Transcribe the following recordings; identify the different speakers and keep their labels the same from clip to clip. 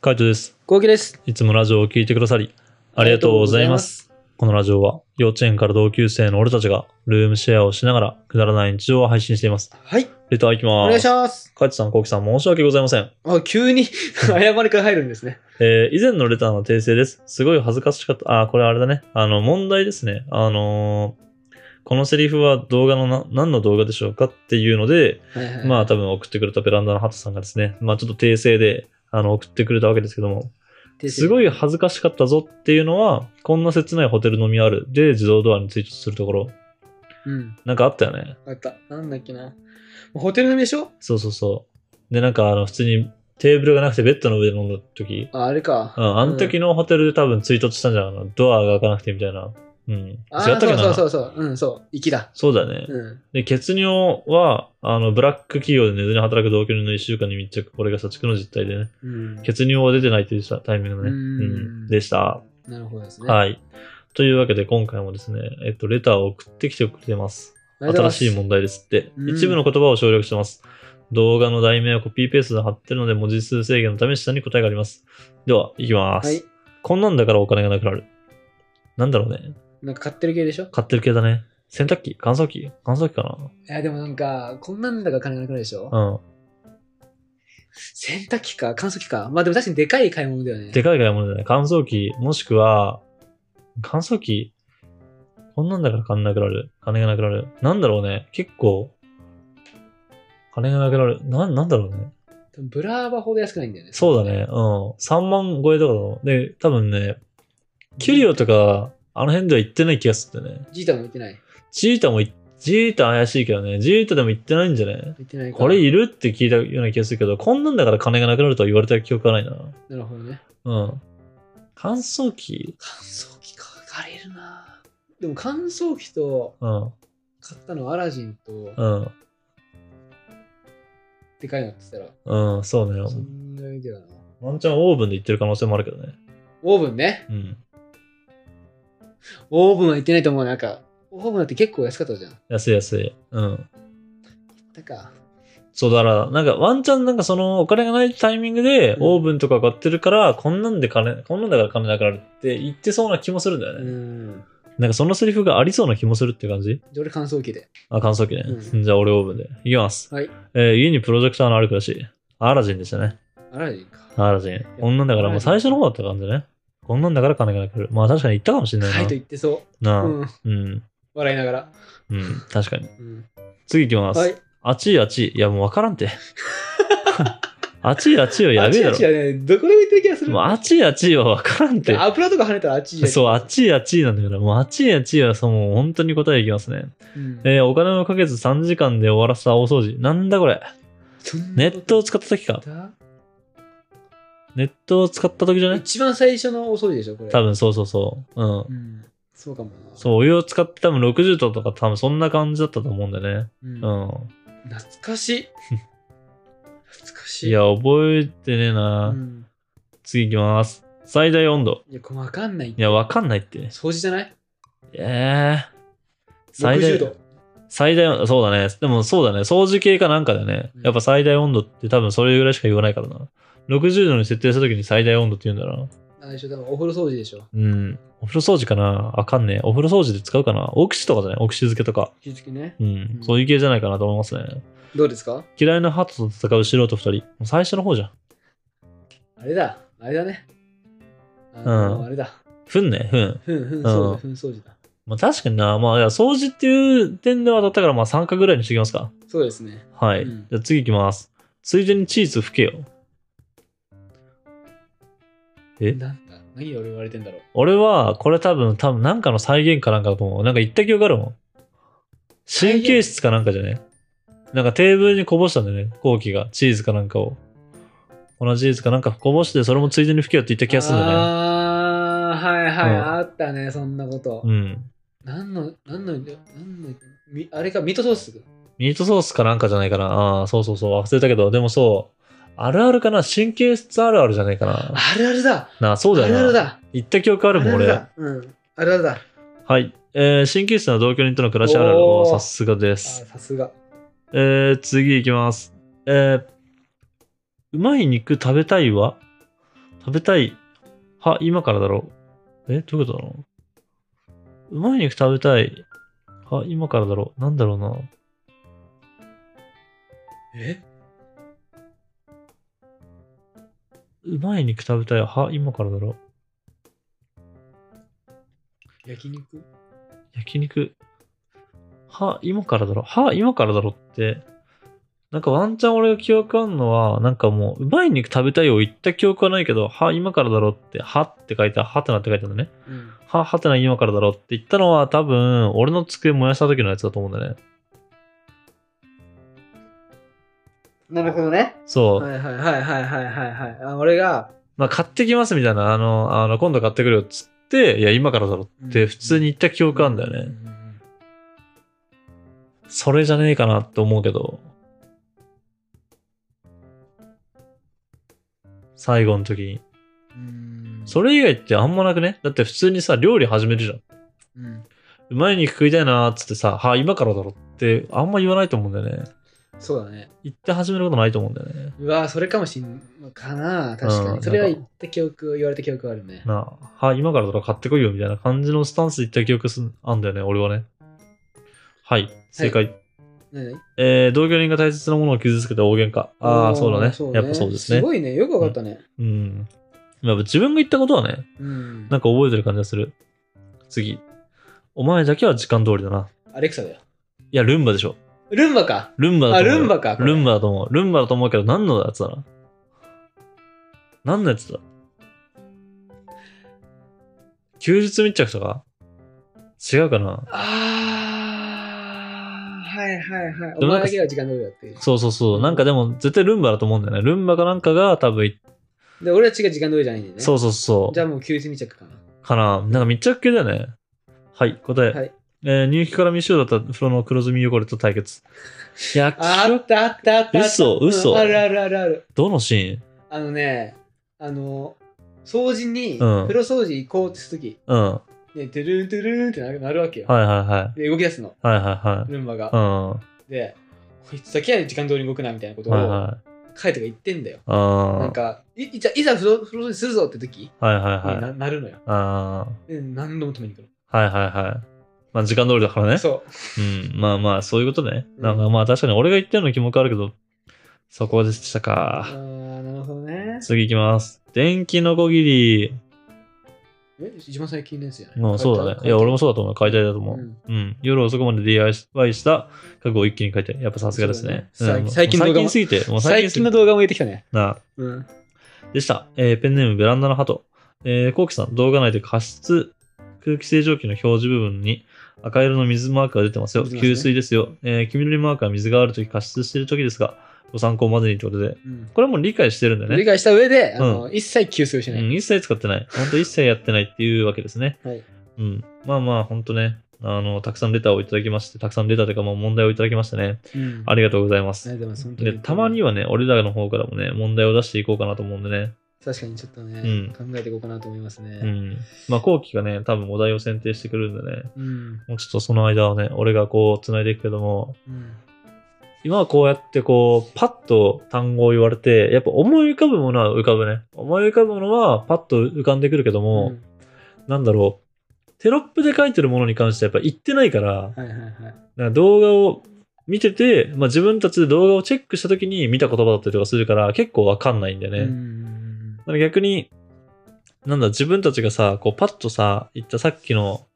Speaker 1: カイトです。
Speaker 2: こうきです。
Speaker 1: いつもラジオを聞いてくださり、ありがとうございます。このラジオは、幼稚園から同級生の俺たちが、ルームシェアをしながら、くだらない日常を配信しています。
Speaker 2: はい、
Speaker 1: レターいきます。
Speaker 2: お願いします。
Speaker 1: カイトさん、コウキさん、申し訳ございません。
Speaker 2: あ、急に 謝りから入るんですね。
Speaker 1: えー以前のレターの訂正です。すごい恥ずかしかった。あー、これあれだね。あの、問題ですね。あのーこのセリフは動画のな何の動画でしょうかっていうので、
Speaker 2: はいはい
Speaker 1: まあ多分送ってくれたベランダのハトさんがですね、まあちょっと訂正であの送ってくれたわけですけども、すご
Speaker 2: い。
Speaker 1: い恥ずかしかったぞっていうのは、こんな切ないホテル飲みあるで自動ドアに追突するところ、
Speaker 2: うん。
Speaker 1: なんかあったよね。
Speaker 2: あった。なんだっけな。ホテル飲みでしょ
Speaker 1: そうそうそう。で、なんかあの普通にテーブルがなくてベッドの上で飲んだ時、
Speaker 2: あ、あれか。
Speaker 1: うん、あの時のホテルで多分追突したんじゃないかな。ドアが開かなくてみたいな。うん。違った
Speaker 2: あ
Speaker 1: っけな
Speaker 2: そうそうそうそう。うん、そう。息だ。
Speaker 1: そうだね。
Speaker 2: うん。
Speaker 1: で、血尿は、あの、ブラック企業で寝ずに働く同居人の1週間に密着。これが社畜の実態でね。
Speaker 2: うん。
Speaker 1: 血尿は出てないというさタイミングだね。
Speaker 2: う
Speaker 1: うんん。でした。
Speaker 2: なるほどですね。
Speaker 1: はい。というわけで今回もですね、えっと、レターを送ってきてくれてます。
Speaker 2: ありがとうご
Speaker 1: 新
Speaker 2: ざい
Speaker 1: しい
Speaker 2: も
Speaker 1: 問題ですって。
Speaker 2: うん
Speaker 1: 一部の言葉を省略してます。動画の題名をコピーペーストで貼ってるので文字数制限のため下に答えがあります。では、いきます。
Speaker 2: はい。
Speaker 1: こんなんだからお金がなくなる。なんだろうね。
Speaker 2: なんか買ってる系でしょ
Speaker 1: 買ってる系だね。洗濯機乾燥機乾燥機か
Speaker 2: いや、でもなんか、こんなんだが金がなくなるでしょ
Speaker 1: なう
Speaker 2: 洗濯機か、乾燥機か。まあでも確かにでかい買い物だよね。
Speaker 1: ん。でかい買い物だね。乾燥機、もしくは、乾燥機こんなんだから金なくなる。金がなくなる。なんだろうね。結構、金がなくなる。なん、なんだろうね。
Speaker 2: ブラーバほど安くないんだよね。
Speaker 1: そうだね。うん。3万超えとかの。で、多分ね、キュリオとか、あの辺では行ってない気がするんだよね。
Speaker 2: ジータも行ってない。
Speaker 1: ジータもい、ジータ怪しいけどね。ジータでも行ってないんじゃね
Speaker 2: 行ってないか。
Speaker 1: これいるって聞いたような気がするけど、こんなんだから金がなくなるとは言われた記憶がないな。
Speaker 2: なるほどね。
Speaker 1: うん。乾燥機
Speaker 2: 乾燥機か。枯れるなでも乾燥機と、
Speaker 1: うん。
Speaker 2: 買ったのはアラジンと
Speaker 1: うん。
Speaker 2: でかいのって言った
Speaker 1: うん、そうね
Speaker 2: ら、。そんなにだよな。
Speaker 1: ワンチャンオーブンで行ってる可能性もあるけどね。
Speaker 2: オーブンね。
Speaker 1: うん。
Speaker 2: オーブンは行ってないと思う。なんか、オーブンだって結構安かったじゃん。
Speaker 1: 安い安い。うん。
Speaker 2: だから、
Speaker 1: そうだから、なんかワンチャンなんかそのお金がないタイミングで
Speaker 2: うん
Speaker 1: オーブンとか買ってるから、こんなんで金、こんなんだから金なくなるって言ってそうな気もするんだよ
Speaker 2: う
Speaker 1: ね。
Speaker 2: ん。
Speaker 1: なんかそのセリフがありそうな気もするって感じ
Speaker 2: で、俺乾燥機で。
Speaker 1: あ、乾燥機ね。
Speaker 2: う
Speaker 1: じゃあ俺オーブンで。いきます。
Speaker 2: はい。
Speaker 1: えー家にプロジェクターのある暮らし。アラジンでしたね。
Speaker 2: アラジンか。
Speaker 1: アラジン。こんなんだから、もう最初の方だった感じね。こんなんだから金がなくなる。まあ確かに言ったかもしれな
Speaker 2: はい
Speaker 1: い
Speaker 2: と言ってそ
Speaker 1: な。
Speaker 2: う。
Speaker 1: なあ。
Speaker 2: うん。
Speaker 1: うん。
Speaker 2: 笑いながら。
Speaker 1: うん。確かに。
Speaker 2: うん。
Speaker 1: 次行きます。
Speaker 2: はい。
Speaker 1: あちいあちい。いや、もう分からんて。 あちいあちいはやべえだ
Speaker 2: あっち
Speaker 1: ろ。
Speaker 2: はね、どこでも行ってる気がする
Speaker 1: もう。あちいあちいは分からんて。
Speaker 2: 油とか跳ねたらあっちじゃん。
Speaker 1: そう、あちいあちいなんだけど、もうあちいあちいはそう、もう本当に答えいきますね。
Speaker 2: うん。
Speaker 1: えーお金をかけず3時間で終わらせた大掃除。なんだこれ。
Speaker 2: そん
Speaker 1: ネ
Speaker 2: な
Speaker 1: ッ
Speaker 2: こと
Speaker 1: ト
Speaker 2: や
Speaker 1: を使った時か
Speaker 2: っ。た
Speaker 1: ネットを使った時じゃない
Speaker 2: 一番最初のお掃除でしょ、これ。
Speaker 1: 多分そうそうそう。うん。
Speaker 2: うん。そうかもな。
Speaker 1: そう、お湯を使って多分60度とか多分そんな感じだったと思うんだよね。
Speaker 2: うん
Speaker 1: うん。
Speaker 2: 懐かしい。懐かしい。
Speaker 1: いや、覚えてねえな。
Speaker 2: うん
Speaker 1: 次行きます。最大温度。
Speaker 2: いや、これわかんない
Speaker 1: い。や、わかんないって。
Speaker 2: 掃除じゃない
Speaker 1: ええ最大
Speaker 2: ?60 度。
Speaker 1: 最大温そうだね。でもそうだね。掃除系かなんかだね
Speaker 2: うん。
Speaker 1: やっぱ最大温度って多分それぐらいしか言わないからな。60度に設定した時に最大温度って言うんだな。
Speaker 2: あれでしょ、多分お風呂掃除でしょ。
Speaker 1: うん。お風呂掃除かなあかんねえ。お風呂掃除で使うかなオクシとかじゃないオクシ漬けとか。
Speaker 2: 引き続きね。
Speaker 1: うん
Speaker 2: う。ん
Speaker 1: そういう系じゃないかなと思いますね。
Speaker 2: どうですか
Speaker 1: 嫌いなハトと戦う素人二人。もう最初の方じゃん。
Speaker 2: あれだ、あれだね。あの
Speaker 1: うん
Speaker 2: あれだ。
Speaker 1: ふんね、ふん。
Speaker 2: ふんふん掃除、ふん掃除だ。
Speaker 1: まあ確かにな。まあいや掃除っていう点ではだったからまあ3回ぐらいにしてきますか。
Speaker 2: そうですね。
Speaker 1: はい。
Speaker 2: うん
Speaker 1: じゃあ次行きます。ついでにチーズ吹けよ。え
Speaker 2: なんだ何俺言われてんだろう。
Speaker 1: 俺は、これ多分、多分なんかの再現かなんかだと思う。なんか言った記憶あるもん。
Speaker 2: 現
Speaker 1: 神経質かなんかじゃねなんかテーブルにこぼしたんだよね。後期が。チーズかなんかを。同じチーズかなんかこぼして、それもついでに吹けよって言った気がするんだよね。
Speaker 2: あー、はいはい、
Speaker 1: うん
Speaker 2: あったね、そんなこと。
Speaker 1: うん。
Speaker 2: 何の、何の、何の、みあれか、ミートソース
Speaker 1: ミートソースかなんかじゃないかな。ああー、そうそうそう。忘れたけど、でもそう。あるあるかな神経質あるあるじゃないかな。
Speaker 2: あるあるだ
Speaker 1: なあ、そうだ
Speaker 2: あるあ
Speaker 1: よ
Speaker 2: る
Speaker 1: な。
Speaker 2: だ
Speaker 1: 言った記憶あ
Speaker 2: あ
Speaker 1: るもん、
Speaker 2: る
Speaker 1: 俺。
Speaker 2: あるだうん。あるあるだ。
Speaker 1: はい。えー、神経質な同居人との暮らしあるある。
Speaker 2: おー
Speaker 1: おーさすがで
Speaker 2: あ
Speaker 1: す。
Speaker 2: さすが。
Speaker 1: えー、次いきます。えー、うまい肉食べたいわ食べたい。は、今からだろう。え、どういうことなのうまい肉食べたい。は、今からだろう。なんだろうな。
Speaker 2: え
Speaker 1: うまい肉食べたい。は、今からだろう。
Speaker 2: 焼肉
Speaker 1: 焼肉。は、今からだろ。は、今からだろって。なんかワンチャン俺が記憶あんのは、なんかもう、うまい肉食べたいを言った記憶はないけど、は、今からだろって、はって書いた、はてなって書いたんだね。
Speaker 2: うん。
Speaker 1: は、はてな今からだろって言ったのは多分、俺の机燃やした時のやつだと思うんだよね。
Speaker 2: なるほどね。
Speaker 1: そう。
Speaker 2: はいはいはいはいはいはいはい。あ俺が、
Speaker 1: まあ、買ってきますみたいな、あの、あの今度買ってくるよっつって、いや、今からだろって普通に言った記憶あんだよね。
Speaker 2: ね。
Speaker 1: それじゃねえかなって思うけど。最後の時に。
Speaker 2: うん。
Speaker 1: それ以外ってあんまなくねだって普通にさ、料理始めるじゃん。
Speaker 2: うん。
Speaker 1: うまい肉食いたいなーっつってさ、はあ、今からだろってあんま言わないと思うんだよね。
Speaker 2: そうだね。
Speaker 1: 言って始めることないと思うんだよね。
Speaker 2: うわーそれかもしんのかな確か
Speaker 1: うん
Speaker 2: に。それは言った記憶、言われた記憶があるね。
Speaker 1: なあ、はあ、今からだろ買ってこいよみたいな感じのスタンスで言った記憶すんあんだよね、俺はね。はい、正解。
Speaker 2: なに
Speaker 1: えー同居人が大切なものを傷つけて大喧嘩。ああ、そうだねやっぱそうです
Speaker 2: す
Speaker 1: ね。
Speaker 2: ごいね。よくわかったね。
Speaker 1: うん。まあ自分が言ったことはね、
Speaker 2: うん。
Speaker 1: なんか覚えてる感じがする。次。お前だけは時間通りだな。
Speaker 2: アレクサだよ。
Speaker 1: いや、ルンバでしょ。
Speaker 2: ルンバか。
Speaker 1: ルンバだと
Speaker 2: あ、
Speaker 1: 思うよ。
Speaker 2: ルンバか。これ
Speaker 1: ルンバだと思う。ルンバだと思うけど、何のやつだな。何のやつだ休日密着とか違うかな
Speaker 2: あー、はいはいはい。
Speaker 1: で
Speaker 2: お
Speaker 1: もなんか
Speaker 2: 前だけが時間通りだっていう。
Speaker 1: そうそうそう。なんかでも、絶対ルンバだと思うんだよね。ルンバかなんかが多分い、
Speaker 2: で、俺たちが時間通りじゃないんだよね。
Speaker 1: そうそうそう。
Speaker 2: じゃあもう休日未着かな。
Speaker 1: かななんか密着系だよね。はい、答え。
Speaker 2: はい
Speaker 1: えー入気から未使用だった風呂の黒ずみ汚れと対決。いや、
Speaker 2: ああったあったあったあった。
Speaker 1: 嘘嘘
Speaker 2: うんあるあるあるある。
Speaker 1: どのシ
Speaker 2: あのね、あの、掃除に、
Speaker 1: うん
Speaker 2: 風呂掃除行こうってするとき、
Speaker 1: ーンうん。は
Speaker 2: ね、トゥルントゥルンってなるなるわけ
Speaker 1: い
Speaker 2: よ。
Speaker 1: はいはい。
Speaker 2: で、動き出すの、
Speaker 1: はいは
Speaker 2: ルンバが。
Speaker 1: いは
Speaker 2: で、こいつだけは時間通りに動くなみたいなこと
Speaker 1: い。うん。はい
Speaker 2: を、
Speaker 1: は
Speaker 2: カイトが言ってんだよ。
Speaker 1: い。あ
Speaker 2: なんか、いいざいざ風呂風呂掃除するぞってとき、
Speaker 1: あ。はいはいはい。
Speaker 2: ななるのよ。
Speaker 1: あ
Speaker 2: で何度も止めに来る
Speaker 1: あ。はいはいはい。まあ時間通りだからね。
Speaker 2: そう。
Speaker 1: うん。まあまあ、そういうことね。
Speaker 2: うん
Speaker 1: なんかまあ確かに俺が言ったような気もあるけど、そこでした
Speaker 2: あ
Speaker 1: か。
Speaker 2: ーなるほどね。
Speaker 1: 次行きます。電気のこぎり。
Speaker 2: え、一番最近のやつじゃない
Speaker 1: うん、そうだね。いや、俺もそうだと思う。解体だと思う。
Speaker 2: ん
Speaker 1: うん、夜遅くまで DIY した家具を一気に書いて、やっぱさすがですね。
Speaker 2: そうだね
Speaker 1: うん
Speaker 2: 最近
Speaker 1: もう
Speaker 2: の動画も
Speaker 1: 最近すぎて、もう最
Speaker 2: 最
Speaker 1: 近すぎ
Speaker 2: 近の
Speaker 1: て。
Speaker 2: 動画も入れてきたね。
Speaker 1: な
Speaker 2: うん。
Speaker 1: あでした、えーペンネームベランダの鳩。えー、コウキさん、動画内で加湿空気清浄機の表示部分に赤色の水マークが出てますよ。
Speaker 2: 出てますね
Speaker 1: 給水ですよ。えー、黄緑マークは水があるとき、加湿しているときですが、ご参考までにということで。
Speaker 2: うん
Speaker 1: これも理解してるんだよ
Speaker 2: 理
Speaker 1: ね。
Speaker 2: 解した上で、あ
Speaker 1: う
Speaker 2: の一切給水をし
Speaker 1: う
Speaker 2: ない。
Speaker 1: ん、一切使ってない。本当一切やってないっていうわけですね。
Speaker 2: はい。
Speaker 1: うん。まあまあ、本当ね、あの、たくさんレターをいただきまして、たくさんレターというか、まあ問題をいただきましたね。
Speaker 2: うん
Speaker 1: ありがとうございま
Speaker 2: あ
Speaker 1: す。
Speaker 2: りがとうございます。
Speaker 1: で、
Speaker 2: 本当
Speaker 1: たまに
Speaker 2: は。
Speaker 1: はね、俺らの方からもね、問題を出していこうかなと思うんでね。
Speaker 2: 確かにちょっとね、考えていこうかなと思います
Speaker 1: う
Speaker 2: ね。
Speaker 1: ん。まあ、後期がね、多分お題を選定してくるんでね。
Speaker 2: うん。
Speaker 1: もうちょっとその間はね、俺がこう、繋いでいくけども、
Speaker 2: うん。
Speaker 1: 今はこうやってこう、パッと単語を言われて、やっぱ思い浮かぶものは浮かぶね。思い浮かぶものはパッと浮かんでくるけど
Speaker 2: う
Speaker 1: も、
Speaker 2: ん
Speaker 1: なんだろう。テロップで書いてるものに関してやっぱ言ってないから、
Speaker 2: はいはいはい。
Speaker 1: なんか動画を見てて、まあ自分たちで動画をチェックした時に見た言葉だったりとかするから、結構わかんないんだよね。
Speaker 2: うん
Speaker 1: だから逆に、なんだ、自分たちがさ、こう、パッとさ、言ったさっきの、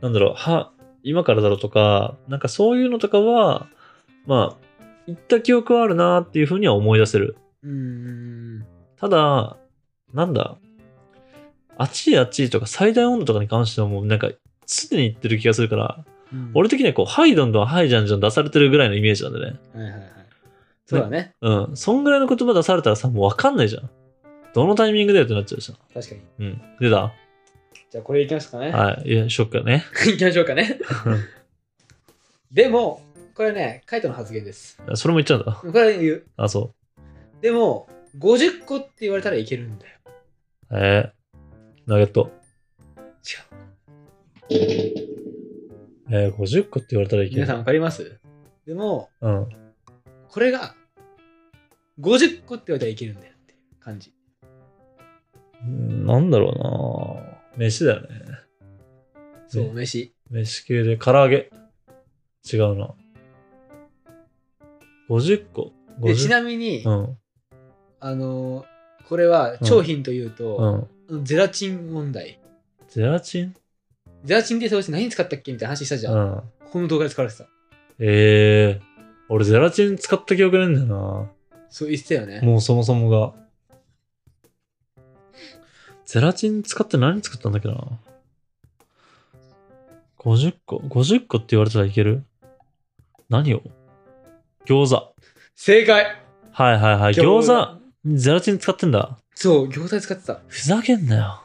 Speaker 1: なんだろう、は、今からだろうとか、なんかそういうのとかは、まあ、言った記憶はあるなっていうふうには思い出せる。
Speaker 2: うん。
Speaker 1: ただ、なんだ、あっちいあっちいとか最大温度とかに関してはもうなんか、常に言ってる気がするから、
Speaker 2: うん
Speaker 1: 俺的にはこう、はいどんどんはいじゃんじゃん出されてるぐらいのイメージなんでね。
Speaker 2: はいはいはい。そうだね。
Speaker 1: うん。そんぐらいの言葉出されたらさ、もうわかんないじゃん。どのタイミングだよってなっちゃうじゃん。
Speaker 2: 確かに。
Speaker 1: うん。出た
Speaker 2: じゃあこれいきますか ね。
Speaker 1: はい。いや、ショックだね。
Speaker 2: いきましょう かね。でも、これね、カイトの発言です。
Speaker 1: それも言っちゃうんだ。
Speaker 2: これは言う。
Speaker 1: あ、そ
Speaker 2: でも、50個って言われたらいけるんだよ。
Speaker 1: う。えー、ナゲット。えー、50個って言われたらいけ
Speaker 2: 皆さん
Speaker 1: る。
Speaker 2: わかりますでも、
Speaker 1: うん。
Speaker 2: これが50個って言われたらいけるんだよっていう感じ。
Speaker 1: なんだろうな飯だよね。
Speaker 2: そう、飯。
Speaker 1: 飯系で唐揚げ。違うな。50個。
Speaker 2: で、ち
Speaker 1: 50
Speaker 2: なみに、
Speaker 1: うん。
Speaker 2: あのー、これは、超ヒント言う
Speaker 1: う
Speaker 2: と、
Speaker 1: ん。
Speaker 2: ゼラチン問題。
Speaker 1: ゼラチン
Speaker 2: ゼラチンってそして何に使ったっけみたいな話したじゃ。
Speaker 1: うんん。
Speaker 2: この動画で使われてた。
Speaker 1: ええ俺ゼラチン使った記憶ないんだよ
Speaker 2: そう言ってたよね
Speaker 1: な。。もうそもそもが。ゼラチン使って何作ったんだっけな。50個。50個って言われたらいける何を餃子。
Speaker 2: 正解
Speaker 1: はいはいはい。餃子、ゼラチン使ってんだ。
Speaker 2: そう、餃子使ってた。
Speaker 1: ふざけんな よ。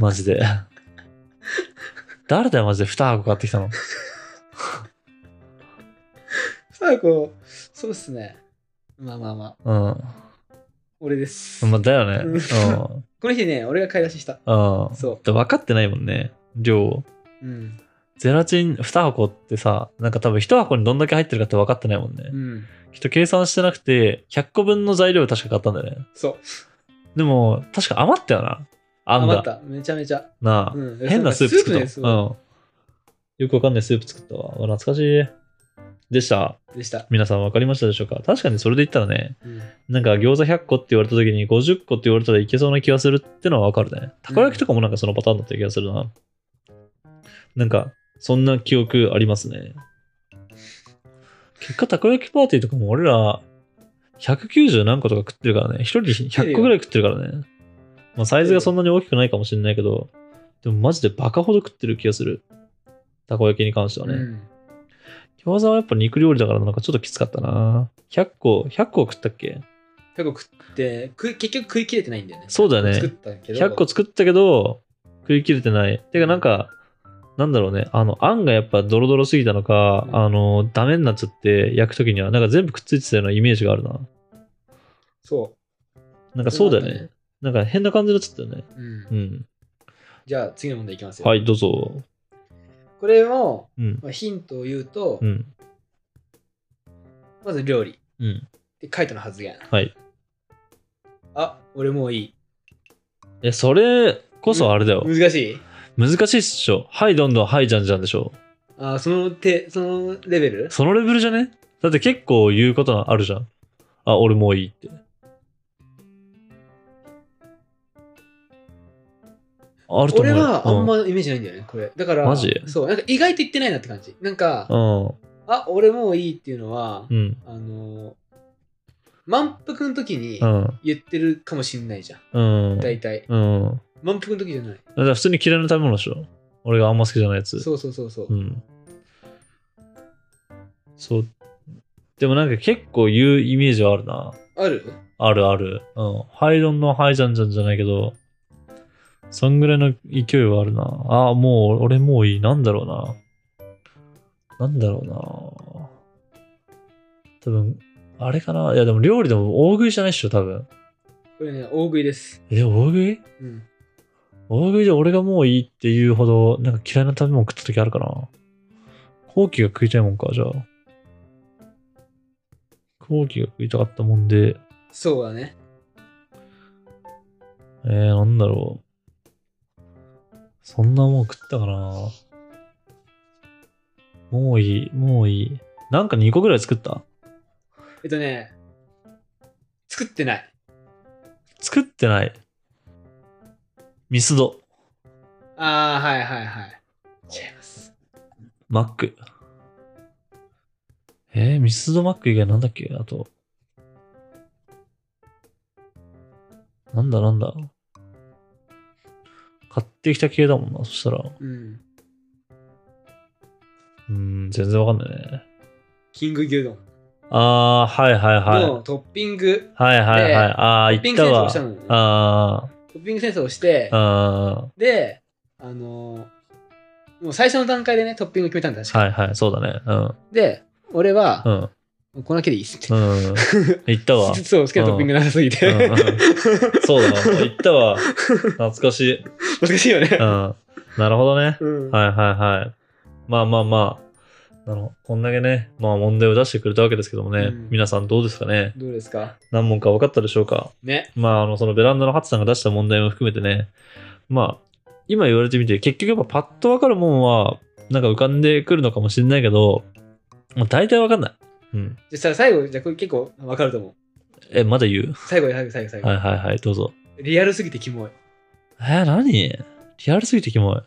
Speaker 1: マジで。誰だよ、マジで。2箱買ってきたの。
Speaker 2: さあ、こう、そうっすね。まあまあまあ、
Speaker 1: う
Speaker 2: 俺です。
Speaker 1: ん。まあ、だよね。 うん。
Speaker 2: この日ね、俺が買い出しした。
Speaker 1: うん。
Speaker 2: そ
Speaker 1: 分かってないもんね。量を。
Speaker 2: う。うん。
Speaker 1: ゼラチン2箱ってさ、なんか多分1箱にどんだけ入ってるかって分かってないもんね。
Speaker 2: うん。
Speaker 1: きっと計算してなくて、100個分の材料を確か買ったんだよね。
Speaker 2: そう。
Speaker 1: でも、確か余ったよな。あんだ。
Speaker 2: 余った。めちゃめちゃ。
Speaker 1: なあ。
Speaker 2: うん。
Speaker 1: 変なスープ作っ
Speaker 2: なん
Speaker 1: た。
Speaker 2: かスープね、
Speaker 1: うん。よくわかんないスープ作ったわ。うわ懐かしい。でした。
Speaker 2: そう。でした。
Speaker 1: 皆さんわかりましたでしょうか確かにそれで言ったらね、
Speaker 2: うん。
Speaker 1: なんか餃子100個って言われた時に50個って言われたらいけそうな気がするってのはわかるね。たこ焼きとかもなんかそのパターンだった気がするな。なんか、そんな記憶ありますね。結果、たこ焼きパーティーとかも俺ら、190何個とか食ってるからね。一人100個ぐらい食ってるからね。まあ、サイズがそんなに大きくないかもしれないけど、でもマジでバカほど食ってる気がする。たこ焼きに関してはね。
Speaker 2: うん
Speaker 1: 餃子はやっぱ肉料理だからなんかちょっときつかったな。100個、100個食ったっけ
Speaker 2: 100個食って、食い結局食い切れてないんだよね。
Speaker 1: そうだよね
Speaker 2: 作ったけど。
Speaker 1: 100個作ったけど食い切れてないてかなんかなんだろうねあのあんがやっぱドロドロすぎたのか、
Speaker 2: うん
Speaker 1: あのダメになっちゃって焼く時にはなんか全部くっついてたようなイメージがあるな
Speaker 2: そ
Speaker 1: なんか
Speaker 2: う。
Speaker 1: そうだよねなんか変な感じになっちゃったよね
Speaker 2: うん。
Speaker 1: うん
Speaker 2: じゃあ次の問題いきますよ。
Speaker 1: はいどうぞ
Speaker 2: これを、
Speaker 1: うん
Speaker 2: まあ、ヒントを言うと、
Speaker 1: うん
Speaker 2: まず料理。
Speaker 1: うん
Speaker 2: で、カイトの発言。
Speaker 1: はい
Speaker 2: あ、俺もういい。
Speaker 1: えそれこそあれだよ、
Speaker 2: 難しい
Speaker 1: 難しいっしょはいどんどんはいじゃんじゃんでしょ
Speaker 2: あーその手、そのレベル
Speaker 1: そのレベルじゃねだって結構言うことあるじゃんあ俺もういいってあると思う
Speaker 2: 俺
Speaker 1: よ
Speaker 2: はあん
Speaker 1: う
Speaker 2: まイメージないんだよね、これ。だから、
Speaker 1: マジ
Speaker 2: そう、なんか意外と言ってないなって感じ。なんか、
Speaker 1: うん。
Speaker 2: あ、俺もういいっていうのは、
Speaker 1: うん。
Speaker 2: あのー、満腹の時に
Speaker 1: うん。
Speaker 2: 言ってるかもしんないじゃん。
Speaker 1: うん。
Speaker 2: 大体。
Speaker 1: うん。
Speaker 2: 満腹の時じゃない。
Speaker 1: だから普通に嫌いな食べ物でしょ。俺があんま好きじゃないやつ。
Speaker 2: そうそうそうそう。
Speaker 1: うん。そう。でもなんか結構言うイメージはあるな。
Speaker 2: ある
Speaker 1: あるある。うん。ハイドンのハイジャンジャンじゃないけど、そんぐらいの勢いはあるな。ああ、もう、俺もういい。なんだろうな。なんだろうな。多分、あれかな。いや、でも料理でも大食いじゃないっしょ、多分。
Speaker 2: これね、大食いです。
Speaker 1: え、大食い
Speaker 2: うん。
Speaker 1: 大食いで俺がもういいっていうほど、なんか嫌いな食べ物食った時あるかな。後期が食いたいもんか、じゃあ。後期が食いたかったもんで、
Speaker 2: そうだね。
Speaker 1: えー、なんだろう。そんなもん食ったかな。もういい、もういい。なんか2個ぐらい作った
Speaker 2: えっとね、作ってない。
Speaker 1: 作ってない。ミスド、
Speaker 2: ああ、はいはいはい。違います。
Speaker 1: マック。えー、ミスドマック以外なんだっけあと。なんだなんだ買ってきた系だもんな、そしたら。う
Speaker 2: うん。
Speaker 1: ーん、全然わかんないね。
Speaker 2: キング牛丼
Speaker 1: あー、はいはいはい。
Speaker 2: のトッピング、
Speaker 1: はいはいはい。
Speaker 2: で
Speaker 1: ああ、
Speaker 2: ト
Speaker 1: 行
Speaker 2: ッピ
Speaker 1: っ
Speaker 2: ング
Speaker 1: た
Speaker 2: 戦争
Speaker 1: わ
Speaker 2: をし。たのよね
Speaker 1: あ
Speaker 2: トッピング戦争をして
Speaker 1: あ、、あ
Speaker 2: で、あのーもう最初の段階でね、トッピング決めたんだ、確
Speaker 1: あ、
Speaker 2: か、
Speaker 1: はいはい、そうだね。うん、
Speaker 2: で、俺は
Speaker 1: う、 ん、
Speaker 2: このだけでいいっす って。
Speaker 1: うん。行った わ。
Speaker 2: そう、好きなトッピングなさすぎ
Speaker 1: う
Speaker 2: て。
Speaker 1: んうんそうだな、行ったわ。懐かしい。
Speaker 2: 難しいよね
Speaker 1: う。ん。なるほどね。
Speaker 2: うん。
Speaker 1: はいはいはい。まあまあまあ。あの、こんだけね、まあ問題を出してくれたわけですけどもね、
Speaker 2: うん
Speaker 1: 皆さんどうですかね
Speaker 2: どうですか
Speaker 1: 何問か分かったでしょうか
Speaker 2: ね。
Speaker 1: まあ、あの、そのベランダのハツさんが出した問題も含めてね、まあ、今言われてみて、結局やっぱパッと分かるもんは、なんか浮かんでくるのかもしれないけど、まあ、大体分かんない。うん。
Speaker 2: じゃあ最後、じゃあこれ結構わかると思う。
Speaker 1: え、まだ言う
Speaker 2: 最後、最後、最後、最後。
Speaker 1: はいはいはい、どうぞ。
Speaker 2: リアルすぎてキモい。
Speaker 1: えー、何リアルすぎてキモい。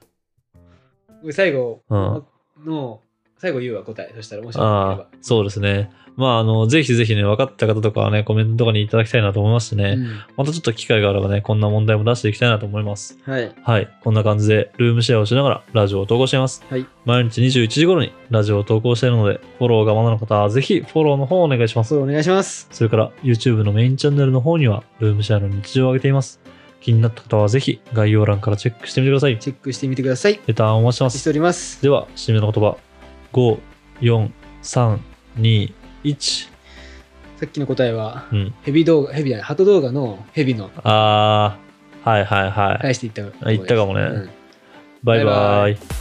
Speaker 2: 俺最後
Speaker 1: うん
Speaker 2: の、最後言うわ、答え。そしたら、もしよ
Speaker 1: ああ、そうですね。まあ、あの、ぜひぜひね、分かった方とかはね、コメントとかにいただきたいなと思いますしね、
Speaker 2: ければ
Speaker 1: またちょっと機会があればね、こんな問題も出していきたいなと思います。
Speaker 2: うんはい。
Speaker 1: はい。こんな感じで、ルームシェアをしながらラジオを投稿しています。
Speaker 2: はい
Speaker 1: 毎日21時頃にラジオを投稿しているので、フォローがまだの方は、ぜひフォローの方をお願いします。
Speaker 2: そうお願いします。
Speaker 1: それから、YouTube のメインチャンネルの方には、ルームシェアの日常を上げています。気になった方は、ぜひ概要欄からチェックしてみてください。
Speaker 2: チェックしてみてください。
Speaker 1: レターンお待ちしてま
Speaker 2: し
Speaker 1: す
Speaker 2: て。おります。
Speaker 1: では、締めの言葉。5、4、3、2、1。
Speaker 2: さっきの答えは、
Speaker 1: うん。
Speaker 2: ヘビ動画、ヘビじゃない、ハト動画のヘビの
Speaker 1: あー、はいはいはい。
Speaker 2: 返していった
Speaker 1: あ言ったかもね
Speaker 2: うん
Speaker 1: バイバイ。
Speaker 2: バイバイ